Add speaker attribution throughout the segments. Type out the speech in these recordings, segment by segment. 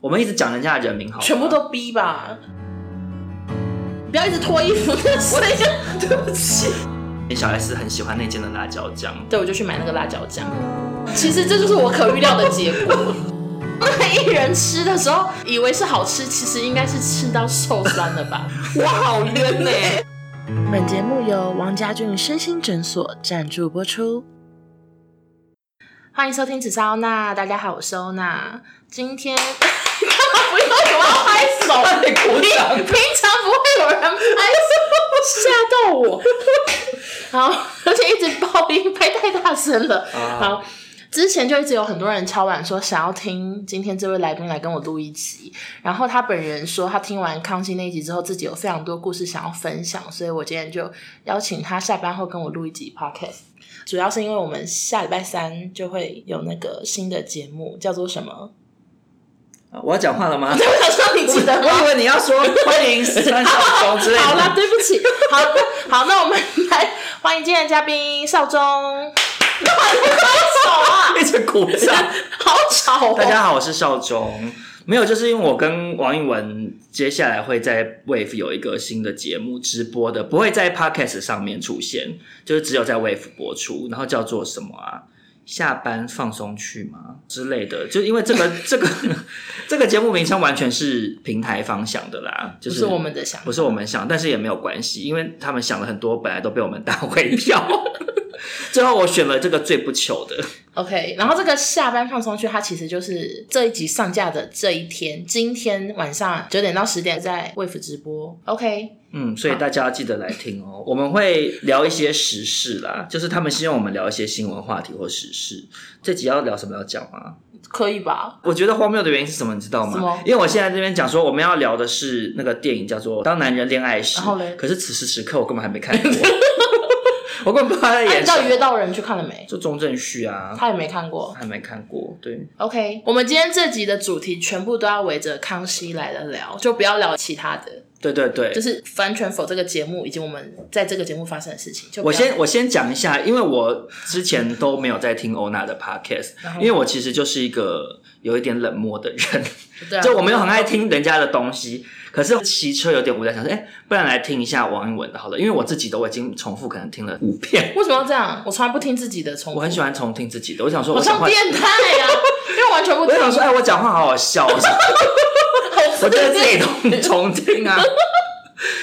Speaker 1: 我们一直讲人家的人名好吗，
Speaker 2: 全部都逼吧。不要一直脱衣服，那声音， 对不起。
Speaker 1: 小 S 很喜欢那间的辣椒酱，
Speaker 2: 对，我就去买那个辣椒酱。其实这就是我可预料的结果。 那一人吃的时候，以为是好吃，其实应该是吃到受伤了吧？我好冤呢、
Speaker 3: 本节目由王家俊身心诊所赞助播出。
Speaker 2: 欢迎收听《紫砂欧娜》，大家好，我是欧娜。今天 干嘛不用我要拍 手？
Speaker 1: 对，鼓掌
Speaker 2: 平常不会有人拍手，吓到我。好， 而且一直爆音， 拍太大声了。
Speaker 1: 啊！
Speaker 2: 好，之前就一直有很多人敲碗说想要听今天这位来宾来跟我录一集，然后他本人说他听完康熙那一集之后，自己有非常多故事想要分享，所以我今天就邀请他下班后跟我录一集 podcast。主要是因为我们下礼拜三就会有那个新的节目，叫做什么？
Speaker 1: 我要讲话了吗？
Speaker 2: 我想说你记得吗？
Speaker 1: 我以为你要 说欢迎十三小钟之类的。
Speaker 2: 好啦，对不起。好，好，那我们来欢迎今天的嘉宾少 宗。干嘛你拍手啊？
Speaker 1: 一直鼓掌。
Speaker 2: 好吵、哦！
Speaker 1: 大家好，我是少
Speaker 2: 嗯
Speaker 1: 忠。没有，就是因为我跟王一文接下来会在 Wave 有一个新的节目直播的，不会在 Podcast 上面出现，就是只有在 Wave 播出，然后叫做什么啊？下班放松去吗之类的？就因为这 个这个这个节目名称完全是平台方想的啦，就
Speaker 2: 不
Speaker 1: 是
Speaker 2: 是我们的想法
Speaker 1: 不是我们想，但是也没有关系，因为他们想了很多，本来都被我们打回 票。最后我选了这个最不糗的，
Speaker 2: OK，然后这个下班放松区，它其实就是这一集上架的这一天，今天晚上九点到十点在 Wave 直播。OK，
Speaker 1: 嗯，所以大家要记得来听哦。我们会聊一些时事啦，就是他们希望我们聊一些新闻话题或时事。这集要聊什么要讲吗？
Speaker 2: 可以吧？
Speaker 1: 我觉得荒谬的原因是什么，你知道
Speaker 2: 什么
Speaker 1: 吗？因为我现在这边讲说我们要聊的是那个电影叫做《当男人恋爱时
Speaker 2: 然后嘞》，
Speaker 1: 可是此时此刻我根本还没看过， 我根本不知道他在
Speaker 2: 那、
Speaker 1: 演
Speaker 2: 你到
Speaker 1: 什
Speaker 2: 底
Speaker 1: 么。
Speaker 2: 约到人去看了没？
Speaker 1: 就钟正旭啊，
Speaker 2: 他也没看过。
Speaker 1: 还没看过，对，
Speaker 2: OK，我们今天这集的主题全部都要围着康熙来了聊，就不要聊其他的，
Speaker 1: 对对对，
Speaker 2: 就是完全否这个节目以及我们在这个节目发生的事情。就不
Speaker 1: 我
Speaker 2: 要
Speaker 1: 先我先讲一下，因为我之前都没有在听欧娜的 podcast，
Speaker 2: 然后
Speaker 1: 因为我其实就是一个有一点冷漠 的人，
Speaker 2: 对啊，
Speaker 1: 就我没有很爱听人家的东西，可是骑车有点无聊，想说，哎、不然来听一下王一文的好了，因为我自己都已经重复可能听了五遍，
Speaker 2: 为什么要这样？我从来不听自己的重复，
Speaker 1: 我很喜欢重听自己的，我想说
Speaker 2: 好
Speaker 1: 我讲
Speaker 2: 像
Speaker 1: 话，
Speaker 2: 变态呀、因为我完全不
Speaker 1: 我
Speaker 2: 听。
Speaker 1: 想说，哎、我讲话好好笑，我说 我觉得自己重重听啊。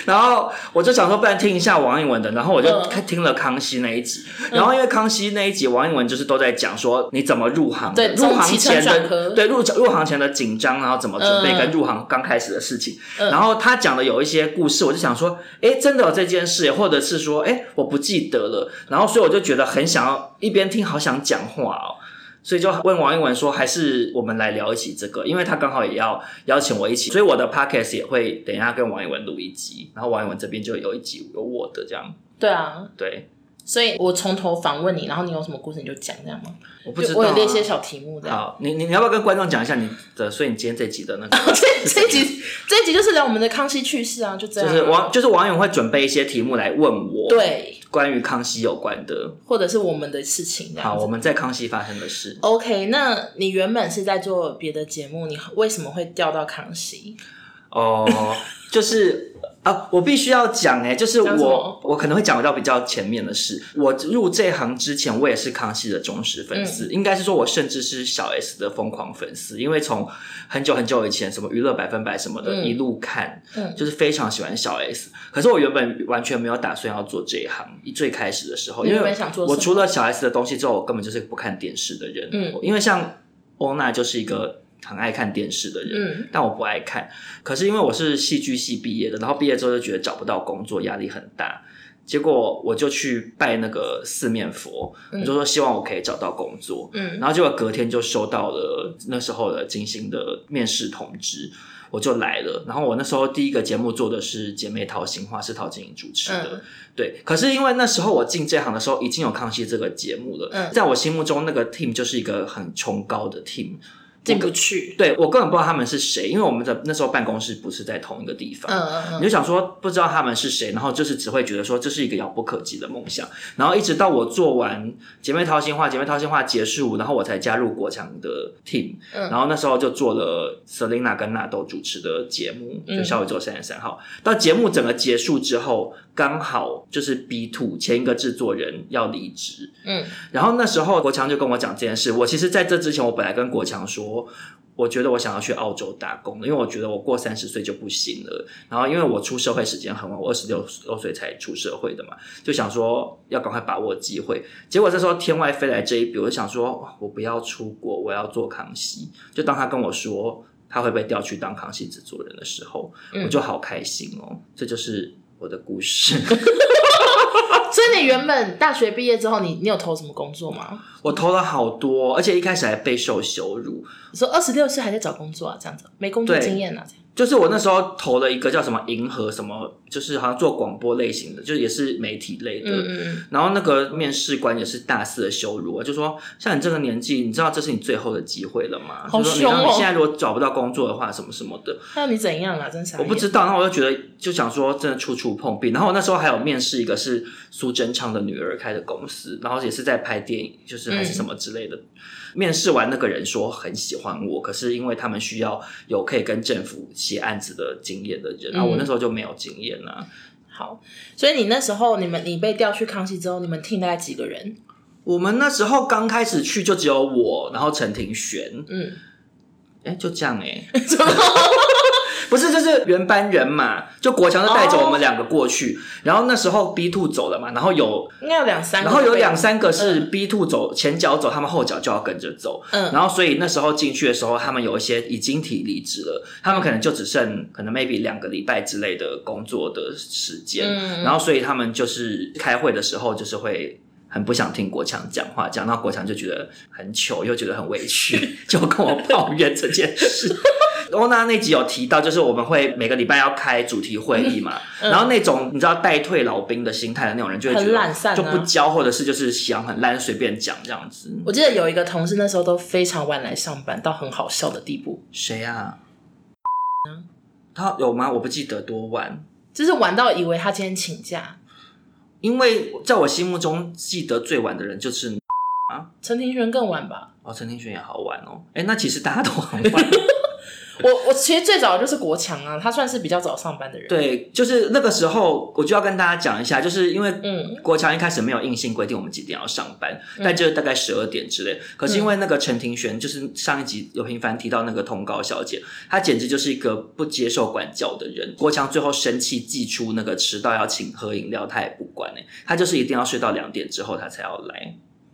Speaker 1: 然后我就想说，不然听一下王一文的。然后我就
Speaker 2: 嗯
Speaker 1: 看听了康熙那一集，然后因为康熙那一集，王一文就是都在讲说你怎么入行的，
Speaker 2: 对
Speaker 1: 入
Speaker 2: 从
Speaker 1: 行
Speaker 2: 起承
Speaker 1: 前
Speaker 2: 转合
Speaker 1: 的对入入行前的紧张，然后怎么准备
Speaker 2: 嗯
Speaker 1: 跟入行刚开始的事情。
Speaker 2: 嗯
Speaker 1: 然后他讲的有一些故事，我就想说，哎，真的有这件事，或者是说，哎，我不记得了。然后所以我就觉得很想要一边听，好想讲话哦。所以就问王一文说，还是我们来聊一起这个，因为他刚好也要邀请我一起，所以我的 podcast 也会等一下跟王一文录一集，然后王一文这边就有一集有我的这样，
Speaker 2: 对啊，
Speaker 1: 对，
Speaker 2: 所以我从头访问你，然后你有什么故事你就讲，这样吗？
Speaker 1: 我不知
Speaker 2: 就
Speaker 1: 道、
Speaker 2: 我
Speaker 1: 啊，
Speaker 2: 有列一些小题目 的。。
Speaker 1: 好，你你你要不要跟观众讲一下你的？所以你今天这集的那个
Speaker 2: 这这集这集就是聊我们的康熙去世啊，就这
Speaker 1: 就
Speaker 2: 样啊。
Speaker 1: 是王，就是王一文会准备一些题目来问我，，
Speaker 2: 对，
Speaker 1: 关于康熙有关的。
Speaker 2: 或者是我们的事情这
Speaker 1: 好，
Speaker 2: 样
Speaker 1: 我
Speaker 2: 子。
Speaker 1: 们在康熙发生的事，
Speaker 2: OK，那你原本是在做别的节目，你为什么会调到康熙？
Speaker 1: 哦，就是啊，我必须要讲哎、就是
Speaker 2: 讲什
Speaker 1: 我
Speaker 2: 么
Speaker 1: 我可能会讲到比较前面的事。我入这行之前，我也是康熙的忠实粉
Speaker 2: 嗯
Speaker 1: 丝，应该是说我甚至是小 S 的疯狂粉丝，因为从很久很久以前什么娱乐百分百什么的，
Speaker 2: 嗯
Speaker 1: 一路看，
Speaker 2: 嗯
Speaker 1: 就是非常喜欢小 S。可是我原本完全没有打算要做这一行，一最开始的时候，
Speaker 2: 你
Speaker 1: 因
Speaker 2: 原
Speaker 1: 为
Speaker 2: 本想做什
Speaker 1: 我
Speaker 2: 么
Speaker 1: 除了小 S 的东西之后，我根本就是不看电视的人。
Speaker 2: 嗯，
Speaker 1: 因为像欧娜就是一个很爱看电视的人，
Speaker 2: 嗯，
Speaker 1: 但我不爱看。可是因为我是戏剧系毕业的，然后毕业之后就觉得找不到工作，压力很大。结果我就去拜那个四面佛，
Speaker 2: 嗯
Speaker 1: 我就说希望我可以找到工作。
Speaker 2: 嗯
Speaker 1: 然后结果隔天就收到了那时候的金星的面试通知，我就来了。然后我那时候第一个节目做的是《姐妹淘新话》，是陶晶莹主持的。
Speaker 2: 嗯
Speaker 1: 对，可是因为那时候我进这行的时候已经有《康熙》这个节目了，
Speaker 2: 嗯
Speaker 1: 在我心目中那个 team 就是一个很崇高的 team，
Speaker 2: 进不去。
Speaker 1: 对我根本不知道他们是谁，因为我们的那时候办公室不是在同一个地方。
Speaker 2: 嗯嗯
Speaker 1: 你
Speaker 2: 嗯，
Speaker 1: 就想说不知道他们是谁，然后就是只会觉得说这是一个遥不可及的梦想，然后一直到我做完《姐妹掏心话》《姐妹掏心话》结束，然后我才加入国强的 team，、
Speaker 2: 嗯
Speaker 1: 然后那时候就做了 Selina 跟纳豆主持的节目，就
Speaker 2: 嗯
Speaker 1: 小宇宙三十三号。到节目整个结束之后，刚好就是 B Two 前一个制作人要离职，
Speaker 2: 嗯
Speaker 1: 然后那时候国强就跟我讲这件事。我其实在这之前，我本来跟国强说，我觉得我想要去澳洲打工，因为我觉得我过三十岁就不行了。然后因为我出社会时间很晚，我二十六六岁才出社会的嘛，就想说要赶快把握机会。结果这时候天外飞来这一笔，我就想说，哇我不要出国，我要做康熙。就当他跟我说他会被调去当康熙制作人的时候，
Speaker 2: 嗯
Speaker 1: 我就好开心哦。这就是我的故事。
Speaker 2: 所以你原本大学毕业之后，你你有投什么工作吗？
Speaker 1: 我投了好多，而且一开始还备受羞辱。
Speaker 2: 你说二十六岁还在找工作啊，这样子没工作
Speaker 1: 对
Speaker 2: 经验啊，这样
Speaker 1: 就是我那时候投了一个叫什么银河什么，就是好像做广播类型的，就是也是媒体类的。
Speaker 2: 嗯嗯
Speaker 1: 然后那个面试官也是大肆的羞辱啊，就说像你这个年纪，你知道这是你最后的机会了吗？
Speaker 2: 好
Speaker 1: 就说你
Speaker 2: 凶哦
Speaker 1: 你现在如果找不到工作的话，什么什么的，
Speaker 2: 嗯，那你怎样啊？真傻眼，
Speaker 1: 我不知道。然后我就觉得就想说，真的处处碰壁。然后我那时候还有面试一个是苏贞昌的女儿开的公司，然后也是在拍电影，就是还是什么之类的。面试完那个人说很喜欢我，可是因为他们需要有可以跟政府写案子的经验的人，然后我那时候就没有经验啊。
Speaker 2: 好，所以你那时候你们你被调去康熙之后，你们 team 大概几个人？
Speaker 1: 我们那时候刚开始去就只有我，然后陈庭璇，
Speaker 2: 嗯，
Speaker 1: 哎、就这样哎、不是，就是原班人马，就国强就带着我们两个过去然后那时候 B two 走了嘛，然后有
Speaker 2: 应该有两三个，
Speaker 1: 然后有两，三个是
Speaker 2: 嗯
Speaker 1: B two 走前脚走，他们后脚就要跟着走。
Speaker 2: 嗯，
Speaker 1: 然后，所以那时候进去的时候，他们有一些已经提离职了，他们可能就只剩可能 maybe 两个礼拜之类的工作的时间。
Speaker 2: 嗯
Speaker 1: 然后，所以他们就是开会的时候，就是会很不想听国强讲话，讲到国强就觉得很糗，又觉得很委 屈，就跟我抱怨这件事。欧娜那集有提到，就是我们会每个礼拜要开主题会议嘛，
Speaker 2: 嗯
Speaker 1: 然后那种你知道带退老兵的心态的那种人，就会觉
Speaker 2: 很
Speaker 1: 得
Speaker 2: 懒散啊
Speaker 1: 就不教，或者是就是想很烂，随便讲这样子。
Speaker 2: 我记得有一个同事那时候都非常晚来上班，到很好笑的地步，
Speaker 1: 谁啊？
Speaker 2: 嗯
Speaker 1: 他有吗？我不记得多晚，
Speaker 2: 就是晚到以为他今天请假。
Speaker 1: 因为在我心目中记得最晚的人就是
Speaker 2: 陈庭璇更晚吧？
Speaker 1: 哦，陈庭璇也好晚哦。哎，那其实大家都很 晚。
Speaker 2: 我我其实最早就是国强啊，他算是比较早上班的人。，
Speaker 1: 对，就是那个时候，我就要跟大家讲一下，就是因为
Speaker 2: 嗯
Speaker 1: 国强一开始没有硬性规定我们几点要上班，但就是大概十二点之类。可是因为那个陈庭璇，就是上一集有频繁提到那个通告小姐，她简直就是一个不接受管教的人。国强最后生气寄出那个迟到要请喝饮料，他也不管哎、他就是一定要睡到两点之后他才要来，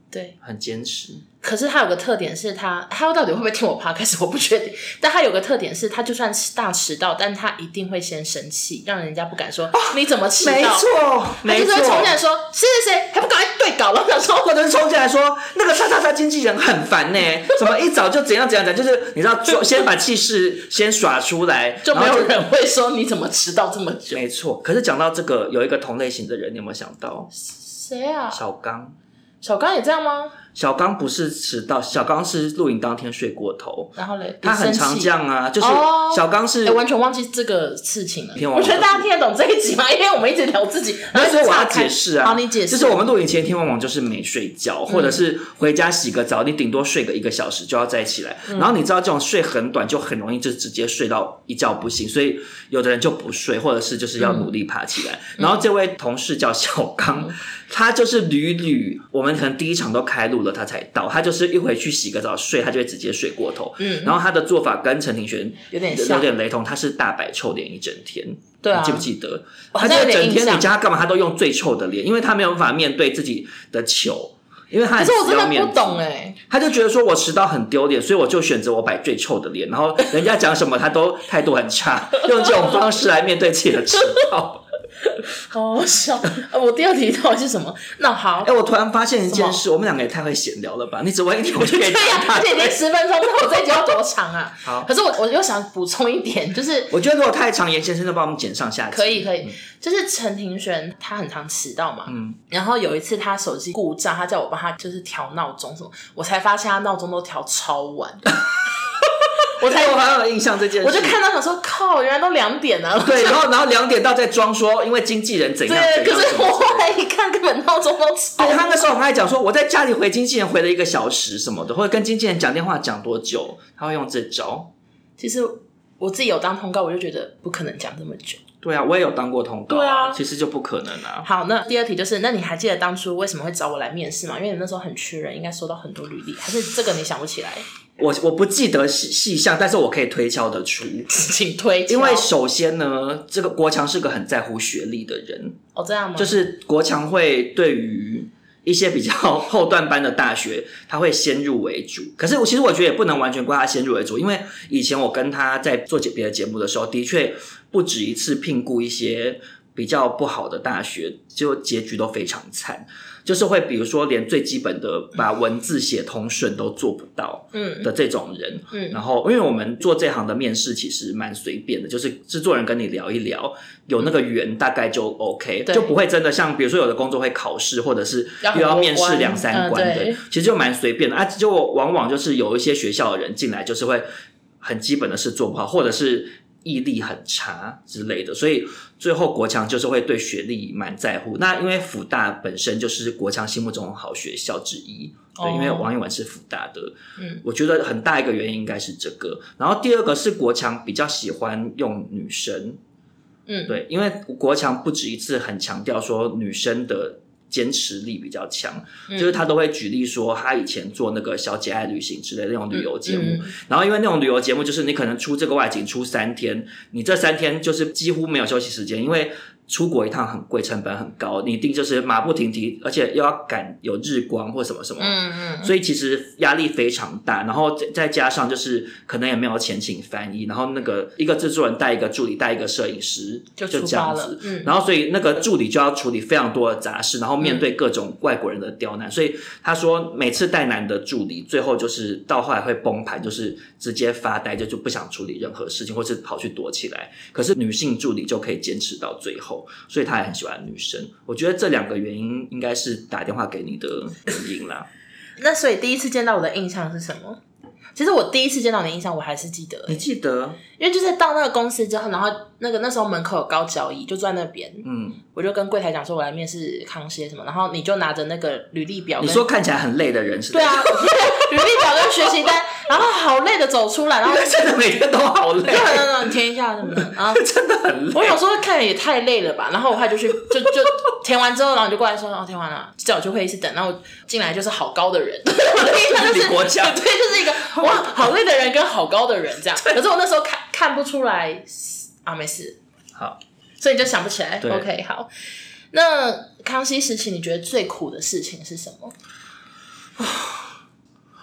Speaker 2: 对。
Speaker 1: 很坚持。
Speaker 2: 可是他有个特点是他，他到底会不会听我 p 开始我不确定。但他有个特点是他就算大迟到，但他一定会先生气，让人家不敢说、
Speaker 1: 哦
Speaker 2: 你怎么迟到。
Speaker 1: 没错，
Speaker 2: 他
Speaker 1: 没
Speaker 2: 就是
Speaker 1: 错
Speaker 2: 会。冲进来说谁谁谁还不赶快对稿了，我想说
Speaker 1: 或者是冲进来说那个叉叉叉经纪人很烦呢、怎么一早就怎样怎样怎样，就是你知道，就先把气势先耍出来，
Speaker 2: 就没
Speaker 1: 然后
Speaker 2: 有人会说你怎么迟到这么久。
Speaker 1: 没错。可是讲到这个，有一个同类型的人，你有没有想到
Speaker 2: 谁啊？
Speaker 1: 小刚？
Speaker 2: 小刚也这样吗？
Speaker 1: 小刚不是迟到，小刚是录影当天睡过头，
Speaker 2: 然后嘞，
Speaker 1: 他很常这
Speaker 2: 讲，
Speaker 1: 样啊。就是
Speaker 2: 哦
Speaker 1: 小刚是
Speaker 2: 哎、完全忘记这个事情了。
Speaker 1: 天王
Speaker 2: 我
Speaker 1: 老师
Speaker 2: 觉得大家听得懂这一集吗？因为我们一直聊自己，
Speaker 1: 那所以我要
Speaker 2: 然后一直岔开
Speaker 1: 解释啊，
Speaker 2: 好，你解释。
Speaker 1: 就
Speaker 2: 嗯
Speaker 1: 是我们录影前天往往就是没睡觉，或者是回家洗个澡，你顶多睡个一个小时就要再起来。
Speaker 2: 嗯
Speaker 1: 然后你知道这种睡很短，就很容易就直接睡到一觉不醒，所以有的人就不睡，或者是就是要努力爬起来。
Speaker 2: 嗯
Speaker 1: 然后这位同事叫小刚，他就是屡屡，我们可能第一场都开录了，他才到，他就是一回去洗个澡睡，他就会直接睡过头。
Speaker 2: 嗯
Speaker 1: 然后他的做法跟陈庭璇
Speaker 2: 有点像
Speaker 1: 有点雷同，他是大摆臭脸一整天。
Speaker 2: 对啊
Speaker 1: 你记不记得？
Speaker 2: 我
Speaker 1: 他
Speaker 2: 好
Speaker 1: 就
Speaker 2: 像有
Speaker 1: 整
Speaker 2: 点印
Speaker 1: 天
Speaker 2: 象
Speaker 1: 你叫他干嘛，他都用最臭的脸，因为他没有办法面对自己的糗，因为他
Speaker 2: 可
Speaker 1: 很
Speaker 2: 是我
Speaker 1: 死要
Speaker 2: 真的
Speaker 1: 面
Speaker 2: 不
Speaker 1: 子，
Speaker 2: 懂哎、
Speaker 1: 他就觉得说我迟到很丢脸，所以我就选择我摆最臭的脸，然后人家讲什么他都 态度很差，用这种方式来面对自己的迟到。
Speaker 2: 好好笑。 呃我第二题到底是什么？那好，
Speaker 1: 哎，我突然发现一件事，我们两个也太会闲聊了吧？你只问一题，我就给你
Speaker 2: 对呀、
Speaker 1: 答
Speaker 2: 而且已经
Speaker 1: 案。
Speaker 2: 十分钟，那我这一集要多长啊？
Speaker 1: 好
Speaker 2: 可是我我又想补充一点，就是
Speaker 1: 我觉得如果太长，严先生就帮我们剪上下集。
Speaker 2: 可以可以，就是陈庭璇她很常迟到嘛，
Speaker 1: 嗯，
Speaker 2: 然后有一次她手机 故障，她叫我帮她就是调闹钟什么，我才发现她闹钟都调超晚，
Speaker 1: 我才我好像有印啊象这件事，
Speaker 2: 我就看到想说，靠，原来都两点了。
Speaker 1: 对，然后然后两点到再装说，因为经纪人怎样
Speaker 2: 对，
Speaker 1: 怎样
Speaker 2: 可是
Speaker 1: 怎
Speaker 2: 我
Speaker 1: 样。
Speaker 2: 后来一看，根本闹钟都吵。
Speaker 1: 对他那时候很爱讲说，我在家里回经纪人回了一个小时什么的，或者跟经纪人讲电话讲多久，他会用这招。
Speaker 2: 其实我自己有当通告，我就觉得不可能讲这么久。
Speaker 1: 对啊，我也有当过通告、
Speaker 2: 对啊
Speaker 1: 其实就不可能啊。
Speaker 2: 好，那第二题就是，那你还记得当初为什么会找我来面试吗？因为你那时候很缺人，应该收到很多履历，还是这个你想不起来？
Speaker 1: 我我不记得细细项，但是我可以推敲得出。
Speaker 2: 请推敲，
Speaker 1: 因为首先呢，这个国强是个很在乎学历的人，
Speaker 2: 哦这样吗？
Speaker 1: 就是国强会对于一些比较后段班的大学，他会先入为主。可是我其实我觉得也不能完全怪他先入为主，因为以前我跟他在做别的节目的时候，的确不止一次聘雇一些比较不好的大学，就结局都非常惨。就是会，比如说连最基本的把文字写通顺都做不到
Speaker 2: 嗯
Speaker 1: 的这种人，
Speaker 2: 嗯
Speaker 1: 然后，因为我们做这行的面试其实蛮随便的，就是制作人跟你聊一聊，有那个缘大概就 OK，
Speaker 2: 对
Speaker 1: 就不会真的像比如说有的工作会考试，或者是
Speaker 2: 要
Speaker 1: 又要
Speaker 2: 很
Speaker 1: 面
Speaker 2: 多
Speaker 1: 试
Speaker 2: 关
Speaker 1: 两
Speaker 2: 嗯
Speaker 1: 三关的，
Speaker 2: 对
Speaker 1: 其实就蛮随便的啊。就往往就是有一些学校的人进来，就是会很基本的事做不好，或者是。毅力很差之类的，所以最后国强就是会对学历蛮在乎。那因为辅大本身就是国强心目中的好学校之一，对，因为
Speaker 2: 哦
Speaker 1: 王一文是辅大的，
Speaker 2: 嗯
Speaker 1: 我觉得很大一个原因应该是这个，然后第二个是国强比较喜欢用女生，
Speaker 2: 嗯，
Speaker 1: 对，因为国强不止一次很强调说女生的坚持力比较强，
Speaker 2: 嗯
Speaker 1: 就是他都会举例说他以前做那个小姐爱旅行之类的那种旅游节目，
Speaker 2: 嗯
Speaker 1: 然后因为那种旅游节目，就是你可能出这个外景出三天，你这三天就是几乎没有休息时间，因为出国一趟很贵，成本很高，你一定就是马不停蹄，而且又要赶有日光或什么什么，
Speaker 2: 嗯嗯，
Speaker 1: 所以其实压力非常大，然后再再加上就是可能也没有钱请翻译，然后那个一个制作人带一个助理带一个摄影师，
Speaker 2: 就
Speaker 1: 就
Speaker 2: 出
Speaker 1: 这
Speaker 2: 发
Speaker 1: 样
Speaker 2: 了
Speaker 1: 子。。
Speaker 2: 嗯，
Speaker 1: 然后，所以那个助理就要处理非常多的杂事，然后面对各种外国人的刁难。所以他说，每次带男的助理，最后就是到后来会崩盘，就是直接发呆，就就不想处理任何事情，或是跑去躲起来。可是女性助理就可以坚持到最后，所以他也很喜欢女生。我觉得这两个原因应该是打电话给你的原因啦。
Speaker 2: 那所以第一次见到我的印象是什么？其实我第一次见到你的印象，我还是记得、
Speaker 1: 你记得？
Speaker 2: 因为就是到那个公司之后，然后那个那时候门口有高脚椅，就坐在那边，
Speaker 1: 嗯，
Speaker 2: 我就跟柜台讲说我来面试康熙什么，然后你就拿着那个履历表
Speaker 1: 你
Speaker 2: 跟，
Speaker 1: 说看起来很累的人是？
Speaker 2: 对，啊，履历表跟学习单，然后好累的走出来，然后 就
Speaker 1: 真的每天都好累，
Speaker 2: 很那种你填一下什么的，啊然后
Speaker 1: 真的 很
Speaker 2: 我
Speaker 1: 累。
Speaker 2: 有时候看了也太累了吧，然后我后来就去就就填完之后，然后你就过来说哦填完了，叫我去会议室等，然后我进来就是好高的人， 我的印象就是
Speaker 1: 李国强
Speaker 2: 对，就是一个哇好累的人跟好高的人这样，可是我那时候看看不出来啊，没事，
Speaker 1: 好，
Speaker 2: 所以你就想不起来
Speaker 1: 对
Speaker 2: ，OK 好。那康熙时期，你觉得最苦的事情是什么？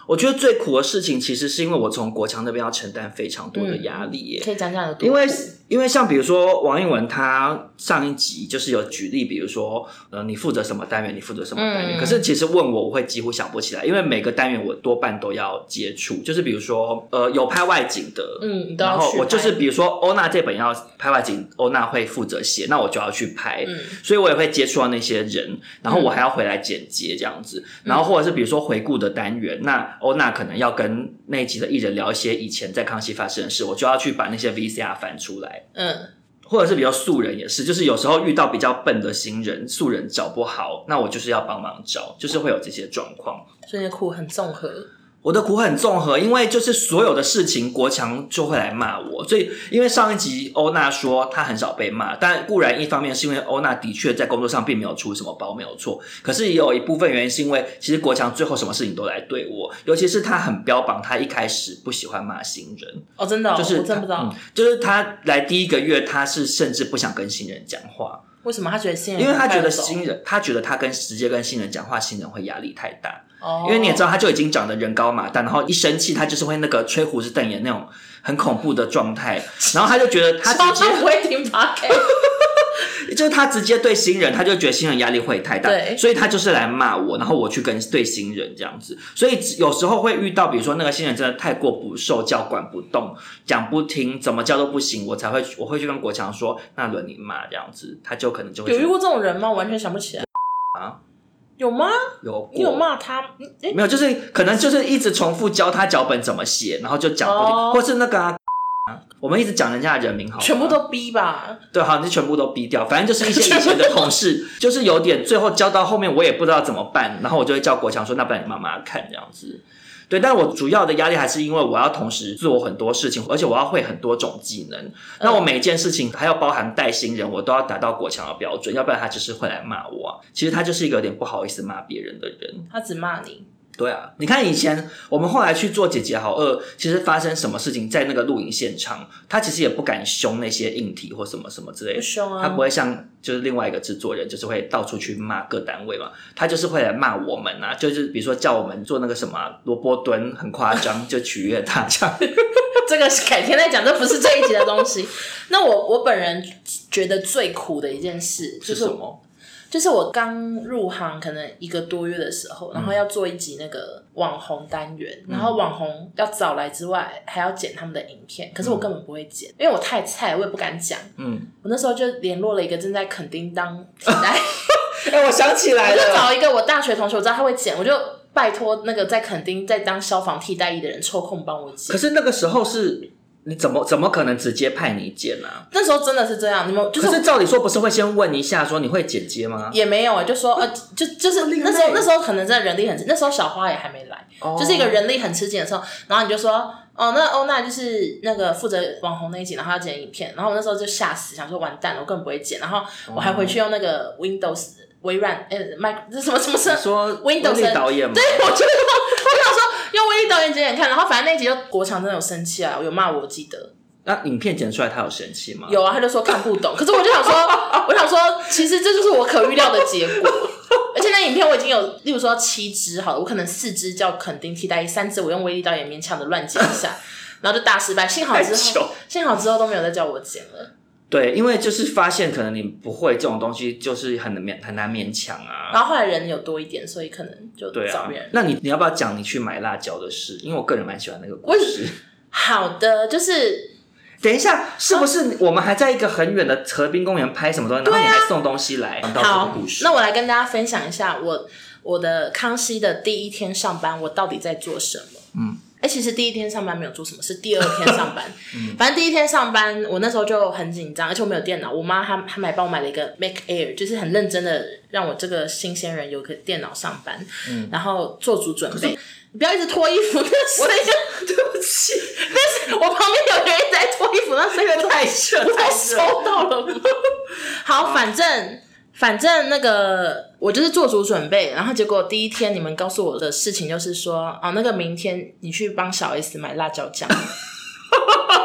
Speaker 1: 我觉得最苦的事情，其实是因为我从国强那边要承担非常多的压力耶。
Speaker 2: 可以讲讲有多苦
Speaker 1: 因为因为像比如说王一文，他上一集就是有举例，比如说呃，你负责什么单元，你负责什么单元。
Speaker 2: 嗯
Speaker 1: 可是其实问我，我会几乎想不起来，因为每个单元我多半都要接触。就是比如说呃，有拍外景的，
Speaker 2: 嗯，你都要
Speaker 1: 然后
Speaker 2: 去
Speaker 1: 我就是
Speaker 2: 拍
Speaker 1: 比如说欧娜这本要拍外景，欧娜会负责写，那我就要去拍，
Speaker 2: 嗯
Speaker 1: 所以我也会接触到那些人，然后我还要回来剪接这样子，
Speaker 2: 嗯
Speaker 1: 然后或者是比如说回顾的单元，那欧娜可能要跟那一集的艺人聊一些以前在康熙发生的事，我就要去把那些 VCR 翻出来。
Speaker 2: 嗯
Speaker 1: 或者是比较素人也是，就是有时候遇到比较笨的新人，素人找不好，那我就是要帮忙找，就是会有这些状况。
Speaker 2: 所以你的苦很综合，
Speaker 1: 我的苦很综合，因为就是所有的事情，国强就会来骂我。所以，因为上一集欧娜说她很少被骂，但固然一方面是因为欧娜的确在工作上并没有出什么包，没有错。可是也有一部分原因是因为，其实国强最后什么事情都来对我，尤其是他很标榜他一开始不喜欢骂新人，
Speaker 2: 哦，真的哦、
Speaker 1: 就是
Speaker 2: 我真不知道、
Speaker 1: 嗯就是他来第一个月，他是甚至不想跟新人讲话，
Speaker 2: 为什么他觉得新人
Speaker 1: 因
Speaker 2: 很
Speaker 1: 为他
Speaker 2: 快
Speaker 1: 觉得
Speaker 2: 就走
Speaker 1: 新人，他觉得他跟直接跟新人讲话，新人会压力太大。
Speaker 2: 哦，
Speaker 1: 因为你也知道，他就已经长得人高马大，然后一生气，他就是会那个吹胡子瞪眼那种很恐怖的状态，然后他就觉得 他
Speaker 2: 超
Speaker 1: 直
Speaker 2: 不会听 p o d
Speaker 1: 接就是他直接对新人，他就觉得新人压力会太大
Speaker 2: 对，
Speaker 1: 所以他就是来骂我，然后我去跟对新人这样子，所以有时候会遇到，比如说那个新人真的太过不受教，管不动，讲不听，怎么教都不行，我才会我会去跟国强说，那轮你骂这样子，他就可能就会
Speaker 2: 有
Speaker 1: 觉
Speaker 2: 遇
Speaker 1: 得
Speaker 2: 过这种人吗？我完全想不起来。
Speaker 1: 啊，
Speaker 2: 有吗？
Speaker 1: 有过
Speaker 2: 你有骂他？嗯 诶
Speaker 1: 没有，就是可能就是一直重复教他脚本怎么写，然后就讲不停，
Speaker 2: 哦
Speaker 1: 或是那个啊， 我们一直讲人家的人名好吗，
Speaker 2: 全部都逼吧？
Speaker 1: 对，好，你就全部都逼掉，反正就是一 些以前的同事，就是有点最后教到后面我也不知道怎么办，然后我就会叫国强说，那不然你慢慢看这样子。对，但我主要的压力还是因为我要同时做很多事情，而且我要会很多种技
Speaker 2: 嗯
Speaker 1: 能。那我每件事情还要包含带新人，我都要达到国强的标准，要不然他就是会来骂我、啊。其实他就是一个有点不好意思骂别人的人。
Speaker 2: 他只骂你，
Speaker 1: 对啊，你看以前我们后来去做《姐姐好饿》，其实发生什么事情在那个录影现场，他其实也不敢凶那些硬体或什么什么之类
Speaker 2: 不
Speaker 1: 的，
Speaker 2: 凶啊？
Speaker 1: 他不会像就是另外一个制作人，就是会到处去骂各单位嘛，他就是会来骂我们啊，就是比如说叫我们做那个什么啊萝卜蹲，很夸张， 就取悦大家。
Speaker 2: 这个是改天再讲，这不是这一集的东 西。那我我本人觉得最苦的一件事就是是
Speaker 1: 什么？
Speaker 2: 就是我刚入行可能一个多月的时
Speaker 1: 嗯
Speaker 2: 候，然后要做一集那个网红单元，然后网红要找来之外，还要剪他们的影片，可是我根本不会剪，因为我太菜，我也不敢讲。
Speaker 1: 嗯，
Speaker 2: 我那时候就联络了一个正在垦 丁当替代，
Speaker 1: 哎、我想起来
Speaker 2: 我就
Speaker 1: 了，
Speaker 2: 找一个我大学同学，我知道他会剪，我就拜托那个在垦丁在当消防替代役的人抽空帮我剪
Speaker 1: 可。是那个时候是你怎么怎么可能直接派你剪啊？
Speaker 2: 那时候真的是这样，你们就
Speaker 1: 可是照理说不是会先问一下说你会剪接吗？
Speaker 2: 也没有啊，就说呃，就就是
Speaker 1: 另
Speaker 2: 那时候
Speaker 1: 类
Speaker 2: 那时候可能真的人力很，那时候小花也还没来，
Speaker 1: 哦
Speaker 2: 就是一个人力很吃紧的时候，然后你就说。哦，那欧娜就是那个负责网红那一集，然后要剪影片，然后我那时候就吓死，想说完蛋了，我根本不会剪，然后我还回
Speaker 1: 哦
Speaker 2: 去用那个 Windows 微软呃 Mac 这什么什么什
Speaker 1: 你
Speaker 2: 么，
Speaker 1: 说
Speaker 2: Windows
Speaker 1: 威力导演吗？
Speaker 2: 对 我就我想说用微力导演剪剪看，然后反正那一集就国强真的有生气啊，有骂我，我记得，
Speaker 1: 那影片剪出来他有生气吗？
Speaker 2: 有啊，他就说看不懂。可是我就 想说，我想说，其实这就是我可预料的结果。而且那影片我已经有，例如说七支好了，我可能四支叫肯定替代役，三支我用威力导演勉强的乱剪一下， 然后就大失败。幸好之
Speaker 1: 太
Speaker 2: 后
Speaker 1: 糗，
Speaker 2: 幸好之后都没有再叫我剪了。
Speaker 1: 对，因为就是发现可能你不会这种东西，就是很难勉很难勉强啊。
Speaker 2: 然后后来人有多一点，所以可能就
Speaker 1: 对
Speaker 2: 找
Speaker 1: 啊
Speaker 2: 别人。，
Speaker 1: 那你你要不要讲你去买辣椒的事？因为我个人蛮喜欢那个故
Speaker 2: 为
Speaker 1: 事。
Speaker 2: 好的，就是
Speaker 1: 等一下，是不
Speaker 2: 啊
Speaker 1: 是我们还在一个很远的河滨公园拍什么东西，然后你还送东西来？讲到这
Speaker 2: 好
Speaker 1: 个故，事，
Speaker 2: 那我来跟大家分享一下我我的康熙的第一天上班，我到底在做什么？
Speaker 1: 嗯，
Speaker 2: 哎、其实第一天上班没有做什么，是第二天 上班。
Speaker 1: 嗯
Speaker 2: 反正第一天上班，我那时候就很紧张，而且我没有电脑，我妈她她买帮我买了一个 Mac Air，就是很认真的让我这个新鲜人有个电脑上班，
Speaker 1: 嗯
Speaker 2: 然后做足准备。你不要一直脱衣服，那声音，对不起，但是 我旁边有人一直在脱衣服，那声音太
Speaker 1: 热
Speaker 2: 我太
Speaker 1: 太热
Speaker 2: 收到了吗？好，反正反正那个我就是做足准备，然后结果第一天你们告诉我的事情就是说，啊，那个明天你去帮小 S 买辣椒酱。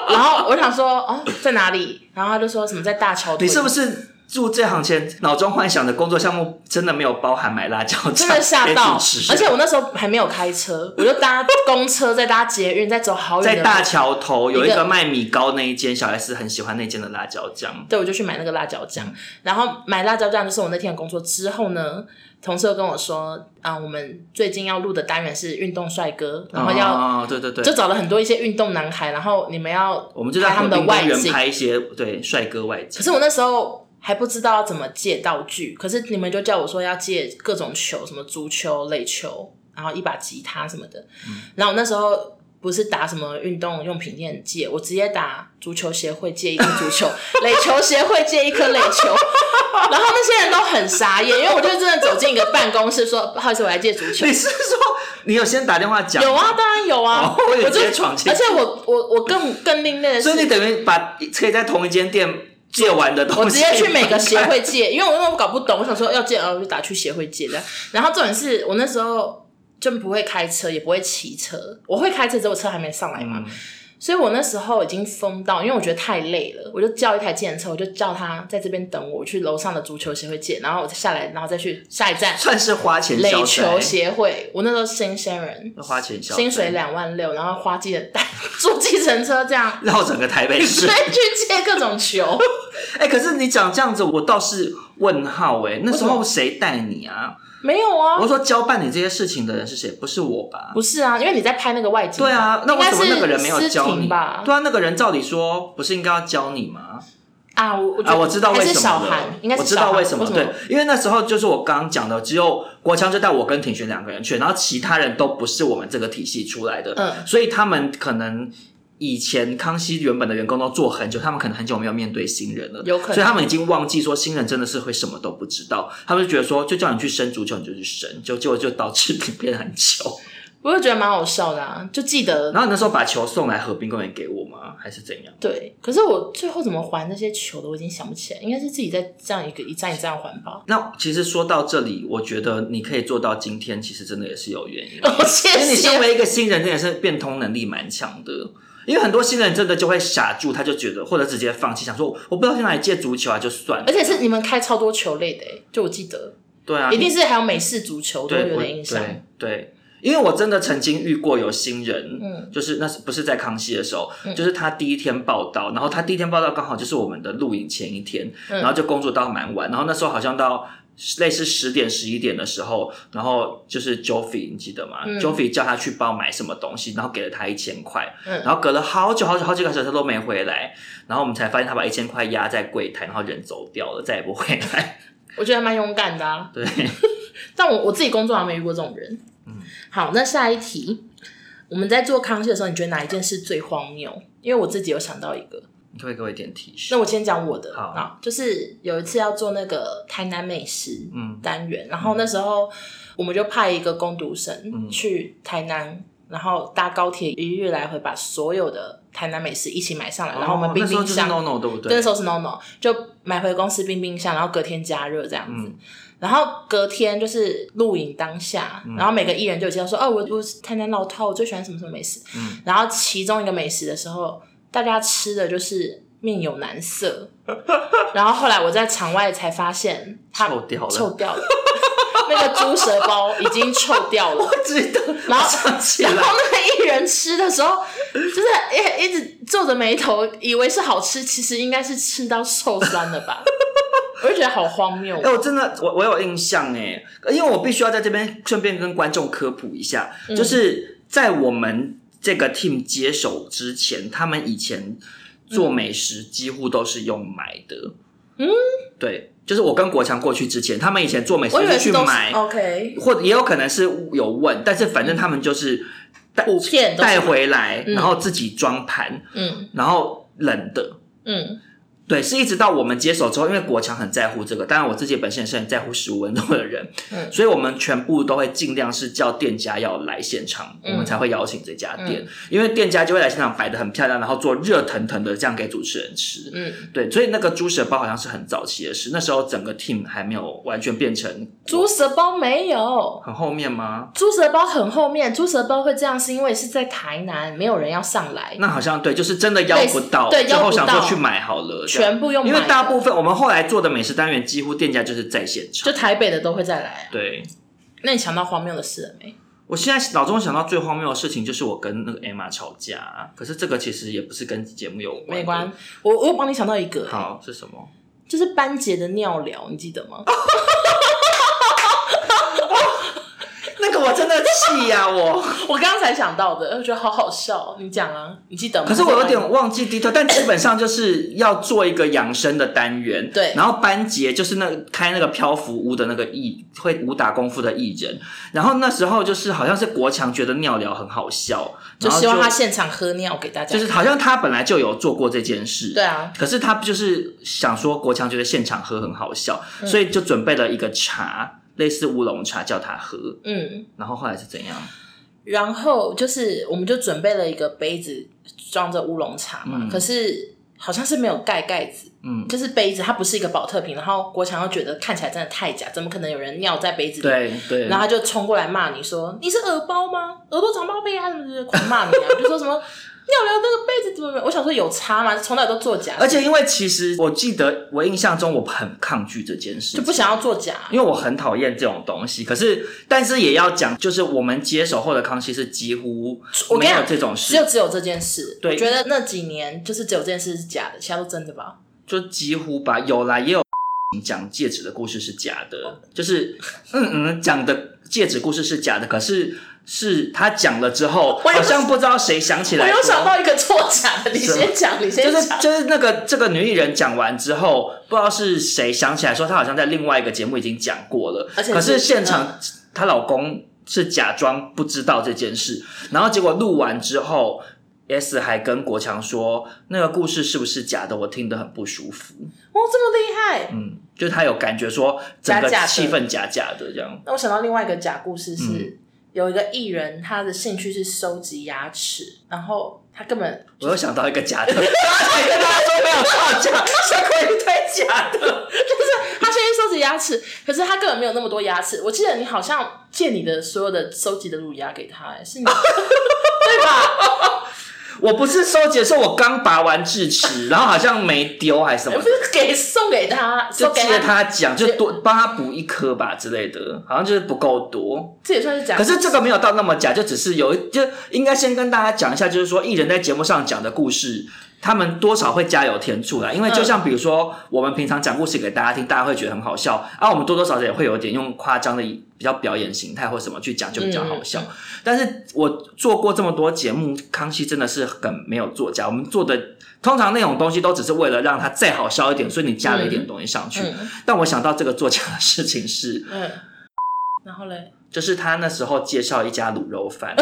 Speaker 2: 然后我想说，哦，在哪里？然后他就说什么在大桥。
Speaker 1: 你是不？是住这行前脑中幻想的工作项目真的没有包含买辣椒酱？
Speaker 2: 真的吓
Speaker 1: 给
Speaker 2: 到
Speaker 1: 你吃，
Speaker 2: 而且我那时候还没有开车，我就搭公车，再搭捷运，再走好远
Speaker 1: 在
Speaker 2: 的路。
Speaker 1: 大桥头有一
Speaker 2: 一个
Speaker 1: 个卖米糕那一间，小 S 很喜欢那间的辣椒酱。
Speaker 2: 对，我就去买那个辣椒酱，
Speaker 1: 嗯
Speaker 2: 然后买辣椒酱就是我那天的工作。之后呢，同事又跟我说，啊，我们最近要录的单元是运动帅哥，然后要、
Speaker 1: 哦，对对对，
Speaker 2: 就找了很多一些运动男孩，然后你们要
Speaker 1: 我们就在
Speaker 2: 拍他
Speaker 1: 河
Speaker 2: 们的
Speaker 1: 滨公
Speaker 2: 外
Speaker 1: 园
Speaker 2: 景。
Speaker 1: 拍一些对帅哥外景
Speaker 2: 可。是我那时候还不知道要怎么借道具，可是你们就叫我说要借各种球，什么足球、垒球，然后一把吉他什么的。
Speaker 1: 嗯
Speaker 2: 然后我那时候不是打什么运动用品店借，我直接打足球协会借一颗足球， 垒球协会借一颗垒球。 然后那些人都很傻眼，因为我就真的走进一个办公室说：“不好意思，我来借足球。”
Speaker 1: 你是说你有先打电话讲？
Speaker 2: 有啊，，当然有 啊，
Speaker 1: 哦我以为
Speaker 2: 就
Speaker 1: 直接闯进去
Speaker 2: 而且我我我更更另类的是，
Speaker 1: 所以你等于把可以在同一间店借完的东西，
Speaker 2: 我直接去每个协。会借，因为我那时候搞不懂，我想说要借，然后我就打去协会借的。然后重点是我那时候就不会开车，也不会骑车，我会开车，只是我车还没上来嘛。
Speaker 1: 嗯
Speaker 2: 所以我那时候已经疯到，因为我觉得太累了，我就叫一台计程车，我就叫他在这边等我，我去楼上的足球协会借，然后我再下来，然后再去下一 站
Speaker 1: 算是花钱消
Speaker 2: 垒
Speaker 1: 费
Speaker 2: 球协会。我那时候新鲜人，
Speaker 1: 花钱消费
Speaker 2: 薪水两万六，然后花计程 坐计程车这样，
Speaker 1: 绕整个台北市
Speaker 2: 对，。去借各种球。
Speaker 1: 哎、可是你讲这样子，我倒是问号哎、那时
Speaker 2: 为什
Speaker 1: 候
Speaker 2: 么
Speaker 1: 谁带你啊？
Speaker 2: 没有啊，
Speaker 1: 我说交办你这些事情的人是谁？不是我吧？
Speaker 2: 不是啊，因为你在拍那个外景吧。
Speaker 1: 对啊，那
Speaker 2: 应
Speaker 1: 为
Speaker 2: 该
Speaker 1: 什么
Speaker 2: 是
Speaker 1: 那个人没有
Speaker 2: 思
Speaker 1: 教
Speaker 2: 婷
Speaker 1: 你？
Speaker 2: 吧？
Speaker 1: 对啊，那个人照理说不是应该要教你吗？
Speaker 2: 啊，我我觉
Speaker 1: 啊，
Speaker 2: 得
Speaker 1: 我知道为什么
Speaker 2: 还是小
Speaker 1: 了
Speaker 2: 韩，应该
Speaker 1: 我
Speaker 2: 是
Speaker 1: 知
Speaker 2: 小
Speaker 1: 道
Speaker 2: 韩
Speaker 1: 为什么，对，因为那时候就是我刚刚讲的，只有国强就带我跟庭轩两个人去，然后其他人都不是我们这个体系出来的，
Speaker 2: 嗯
Speaker 1: 所以他们可能。以前康熙原本的员工都做很久，他们可能很久没有面对新人了，
Speaker 2: 有可能
Speaker 1: 所以他们已经忘记说新人真的是会什么都不知道，他们就觉得说就叫你去升足球你就去升，就结果就导致你变得很糗。
Speaker 2: 我就觉得蛮好笑的啊，就记得
Speaker 1: 然后那时候把球送来河滨公园给我吗？还是怎样？
Speaker 2: 对。可是我最后怎么还那些球的，我已经想不起来，应该是自己在这样一个一站一站还吧。
Speaker 1: 那其实说到这里，我觉得你可以做到今天，其实真的也是有原因的。
Speaker 2: 哦，谢
Speaker 1: 因为你身
Speaker 2: 谢。
Speaker 1: 为一个新人，真的是变通能力蛮强的。因为很多新人真的就会傻住，他就觉得或者直接放弃，想说我不知道去哪里借足球啊，就算了
Speaker 2: 而。且是你们开超多球类的、欸，就我记得，
Speaker 1: 对啊，
Speaker 2: 一定是还有美式足球都
Speaker 1: 对
Speaker 2: 有
Speaker 1: 我
Speaker 2: 点印象。
Speaker 1: 对对，因为我真的曾经遇过有新人，
Speaker 2: 嗯
Speaker 1: 就是那是不是在康熙的时候，
Speaker 2: 嗯
Speaker 1: 就是他第一天报道，然后他第一天报道刚好就是我们的录影前一天，
Speaker 2: 嗯
Speaker 1: 然后就工作到蛮晚，然后那时候好像到。类似十点十一点的时候，然后就是 Joffy，你记得吗、
Speaker 2: 嗯
Speaker 1: j o f f y 叫他去帮我买什么东西，然后给了他一千块，
Speaker 2: 嗯
Speaker 1: 然后隔了好久好久好几个小时他都没回来，然后我们才发现他把一千块压在柜台，然后人走掉了，再也不回来。
Speaker 2: 我觉得还蛮勇敢的啊。
Speaker 1: 对，
Speaker 2: 但我我自己工作还没遇过这种人。
Speaker 1: 嗯
Speaker 2: 好，那下一题，我们在做康熙的时候，你觉得哪一件事最荒谬？因为我自己有想到一个，
Speaker 1: 你可不可以给我一点提示？
Speaker 2: 那我先讲我的。
Speaker 1: 好
Speaker 2: 就是有一次要做那个台南美食
Speaker 1: 嗯
Speaker 2: 单元，然后那时候我们就派一个工读生
Speaker 1: 嗯
Speaker 2: 去台南，然后搭高铁一日来回，把所有的台南美食一起买上来，然后我们
Speaker 1: 哦
Speaker 2: 冰
Speaker 1: 那时候
Speaker 2: 冰
Speaker 1: 就是
Speaker 2: 箱。
Speaker 1: no no 对不对？
Speaker 2: 那时候是 no no，就买回公司冰冰箱，然后隔天加热这样子。
Speaker 1: 嗯
Speaker 2: 然后隔天就是录影当下，
Speaker 1: 嗯
Speaker 2: 然后每个艺人就有介绍说，哦，我我是台南老饕，我最喜欢什么什么美食。
Speaker 1: 嗯
Speaker 2: 然后其中一个美食的时候，大家吃的就是面有 难色。然后后来我在场外才发现，它
Speaker 1: 臭掉了
Speaker 2: 臭掉了， 那个猪舌包已经臭掉了。
Speaker 1: 知道，
Speaker 2: 然后
Speaker 1: 想起
Speaker 2: 然
Speaker 1: 来，
Speaker 2: 后那个艺人吃的时候，就是一一直皱着眉头，以为是好吃，其实应该是吃到受酸了吧？我就觉得好荒谬哦
Speaker 1: 哎、。我真的，我我有印象哎，因为我必须要在这边顺便跟观众科普一下，
Speaker 2: 嗯
Speaker 1: 就是在我们这个 team 接手之前，他们以前做美食几乎都是用买的，
Speaker 2: 嗯，
Speaker 1: 对，就是我跟国强过去之前，他们以前做美食
Speaker 2: 我以
Speaker 1: 就
Speaker 2: 为
Speaker 1: 是
Speaker 2: 是
Speaker 1: 去
Speaker 2: 都是哦
Speaker 1: 买，
Speaker 2: OK，
Speaker 1: 或者也有可能是有问，但是反正他们就是带
Speaker 2: 嗯普遍都是
Speaker 1: 带回来，
Speaker 2: 嗯
Speaker 1: 然后自己装盘，
Speaker 2: 嗯
Speaker 1: 然后冷的，
Speaker 2: 嗯
Speaker 1: 对，是一直到我们接手之后，因为国强很在乎这个，当然我自己本身也是很在乎食物温度的人，
Speaker 2: 嗯
Speaker 1: 所以我们全部都会尽量是叫店家要来现场，
Speaker 2: 嗯
Speaker 1: 我们才会邀请这家店，因为店家就会来现场摆的很漂亮，然后做热腾腾的这样给主持人吃。
Speaker 2: 嗯，
Speaker 1: 对，所以那个猪舌包好像是很早期的事，那时候整个 team 还没有完全变成
Speaker 2: 猪舌包没有。
Speaker 1: 很后面吗？
Speaker 2: 猪舌包很后面，猪舌包会这样是因为是在台南，没有人要上来，
Speaker 1: 那好像对，就是真的邀不到，
Speaker 2: 对对
Speaker 1: 最
Speaker 2: 邀
Speaker 1: 后
Speaker 2: 不
Speaker 1: 想
Speaker 2: 到
Speaker 1: 说去买好了，这样
Speaker 2: 全部用
Speaker 1: 因
Speaker 2: 买
Speaker 1: 为
Speaker 2: 的。
Speaker 1: 大部分我们后来做的美食单元几乎店家就是在现场，
Speaker 2: 就台北的都会再来。
Speaker 1: 对。
Speaker 2: 那你想到荒谬的事了没？
Speaker 1: 我现在脑中想到最荒谬的事情就是我跟那个 Emma 吵架，可是这个其实也不是跟节目有关的。
Speaker 2: 没关，我我有帮你想到一个、
Speaker 1: 好是什么？
Speaker 2: 就是班杰的尿疗，你记得吗？
Speaker 1: 那个我真的气呀、我。
Speaker 2: 我刚才想到的，我觉得好好笑。你讲啊，你记得吗？
Speaker 1: 可是我有点忘记 detail，但基本上就是要做一个养生的单元。
Speaker 2: 对
Speaker 1: 然后班杰就是那个开那个漂浮屋的那个艺会武打功夫的艺人，然后那时候就是好像是国强觉得尿疗很好笑，
Speaker 2: 就
Speaker 1: 然后
Speaker 2: 希望他现场喝尿给大家。
Speaker 1: 就是好像他本来就有做过这件事。
Speaker 2: 对啊，
Speaker 1: 可是他就是想说，国强觉得现场喝很好笑，
Speaker 2: 嗯
Speaker 1: 所以就准备了一个茶，类似乌龙茶叫他喝。
Speaker 2: 嗯，
Speaker 1: 然后后来是怎样？
Speaker 2: 然后就是我们就准备了一个杯子装着乌龙茶嘛，
Speaker 1: 嗯
Speaker 2: 可是好像是没有盖盖子，
Speaker 1: 嗯，
Speaker 2: 就是杯子它不是一个保特瓶。然后国强又觉得看起来真的太假，怎么可能有人尿在杯子里？
Speaker 1: 对对
Speaker 2: 然。后他就冲过来骂你说：“你是耳包吗？耳朵长包被啊，什么的，狂骂你啊， 就说什么尿疗那个杯子怎么？我想说有差吗？从来都作假，
Speaker 1: 而且因为其实我记得，我印象中我很抗拒这件事
Speaker 2: 就不
Speaker 1: 情。
Speaker 2: 想要作假。
Speaker 1: 因为我很讨厌这种东西，可是但是也要讲，就是我们接手后的康熙是几乎
Speaker 2: 我跟
Speaker 1: 没
Speaker 2: 你
Speaker 1: 有
Speaker 2: 讲
Speaker 1: 这种
Speaker 2: 只有
Speaker 1: 事，
Speaker 2: 只有这件事，
Speaker 1: 对
Speaker 2: 我觉得那几年就是只有这件事是假的，其他都真的吧？
Speaker 1: 就几乎吧，有啦也有 讲戒指的故事是假
Speaker 2: 哦
Speaker 1: 的，就是嗯嗯讲的戒指故事是假的，可是是他讲了之后，
Speaker 2: 我有
Speaker 1: 好像不知道谁想起
Speaker 2: 我
Speaker 1: 来说，
Speaker 2: 有想到一个作假的例你
Speaker 1: 什么
Speaker 2: 先讲，你先
Speaker 1: 就是
Speaker 2: 讲。
Speaker 1: 就是那个这个女艺人讲完之后，不知道是谁想起来说她好像在另外一个节目已经讲过了，
Speaker 2: 而且是嗯
Speaker 1: 可是现场她老公是假装不知道这件事，然后结果录完之后。S 还跟国强说，那个故事是不是假的？我听得很不舒服。
Speaker 2: 哇，这么厉害！
Speaker 1: 嗯，就是他有感觉说整个
Speaker 2: 假假的
Speaker 1: 气氛假假的这样。
Speaker 2: 那我想到另外一个假故事是，
Speaker 1: 嗯
Speaker 2: 有一个艺人，他的兴趣是收集牙齿，然后他根本
Speaker 1: 我又想到一个假的，大家可以跟大家说没有造假，下过一堆假的。
Speaker 2: 他先去收集牙齿，可是他根本没有那么多牙齿。我记得你好像借你的所有的收集的乳牙给他、哎，是
Speaker 1: 啊
Speaker 2: 你对吧？
Speaker 1: 我不是收集的时候，我刚拔完智齿，然后好像没丢还是什 么
Speaker 2: 不，是给送给他，
Speaker 1: 就
Speaker 2: 送给
Speaker 1: 借他
Speaker 2: 他，
Speaker 1: 讲，就多帮他补一颗吧之类的，好像就是不够多。
Speaker 2: 这也算是假。
Speaker 1: 可是这个没有到那么假，就只是有一，就应该先跟大家讲一下，就是说艺人在节目上讲的故事。他们多少会加油添醋啦，因为就像比如说，我们平常讲故事给大家听，大家会觉得很好笑啊，我们多多少少也会有点用夸张的比较表演形态或什么去讲，就比较好笑。但是我做过这么多节目，康熙真的是很没有作假。我们做的通常那种东西都只是为了让它再好笑一点，所以你加了一点东西上去。
Speaker 2: 嗯
Speaker 1: 但我想到这个作假的事情是，
Speaker 2: 嗯，然后嘞，
Speaker 1: 就是他那时候介绍一家卤肉饭，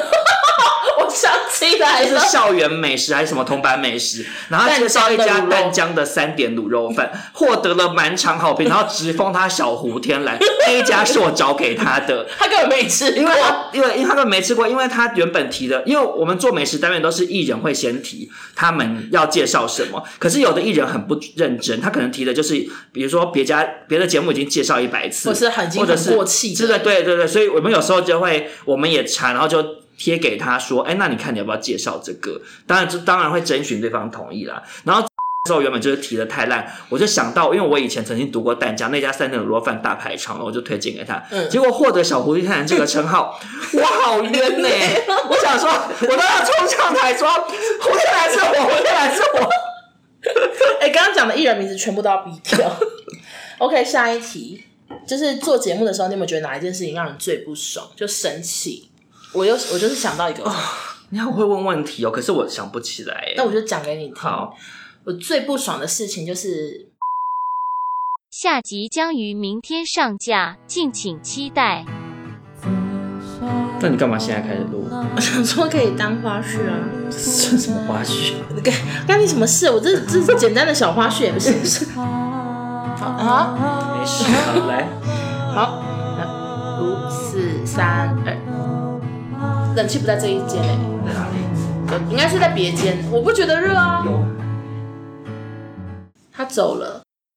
Speaker 2: 我想起来
Speaker 1: 还 是
Speaker 2: 了，
Speaker 1: 校园美食还是什么同班美食，然后他介绍一家淡江的三点卤肉 饭，获得了满场好评，然后直封他小胡天 来，那一家是我找给他的。
Speaker 2: 他根本没吃
Speaker 1: 因
Speaker 2: 过
Speaker 1: 为。 他因为因为他们没吃过，因为他原本提的，因为我们做美食单元都是艺人会先提他们要介绍什么，可是有的艺人很不认真，他可能提的就是比如说别家别的节目已经介绍一百次，
Speaker 2: 或是很已经
Speaker 1: 或者
Speaker 2: 很
Speaker 1: 是
Speaker 2: 过气
Speaker 1: 是
Speaker 2: 的
Speaker 1: 的，对对对，所以我们有时候就会我们也查，然后就。贴给他说，哎，那你看你要不要介绍这个？当然，这当然会征询对方同意啦。然后之后原本就是提的太烂，我就想到，因为我以前曾经读过淡江那家三点卤肉饭大排场了，我就推荐给他。
Speaker 2: 嗯
Speaker 1: 结果获得小狐狸太郎这个称号，我 好冤呢、我想说，我都要冲上台说，胡天来是我，胡天来是我。
Speaker 2: 哎、刚刚讲的艺人名字全部都要逼 掉。OK，下一题就是做节目的时候，你有没有觉得哪一件事情让你最不爽，就生气？我又我就是想到一个，
Speaker 1: 哦你好会问问题哦，可是我想不起来、
Speaker 2: 那
Speaker 1: 欸。
Speaker 2: 我就讲给你听。
Speaker 1: 好，
Speaker 2: 我最不爽的事情就是
Speaker 4: 下集将于明天上架，敬请期待。
Speaker 1: 那你干嘛现在开始录？
Speaker 2: 想说可以当花絮啊，
Speaker 1: 这算什么花絮？
Speaker 2: 干你什么事？我这这简单的小花絮也不行啊！
Speaker 1: 没事，好来。
Speaker 2: 好，五四三二，冷气不在这一间欸嘞、
Speaker 1: 在哪里？
Speaker 2: 应该是在别间，我不觉得热啊。他走了，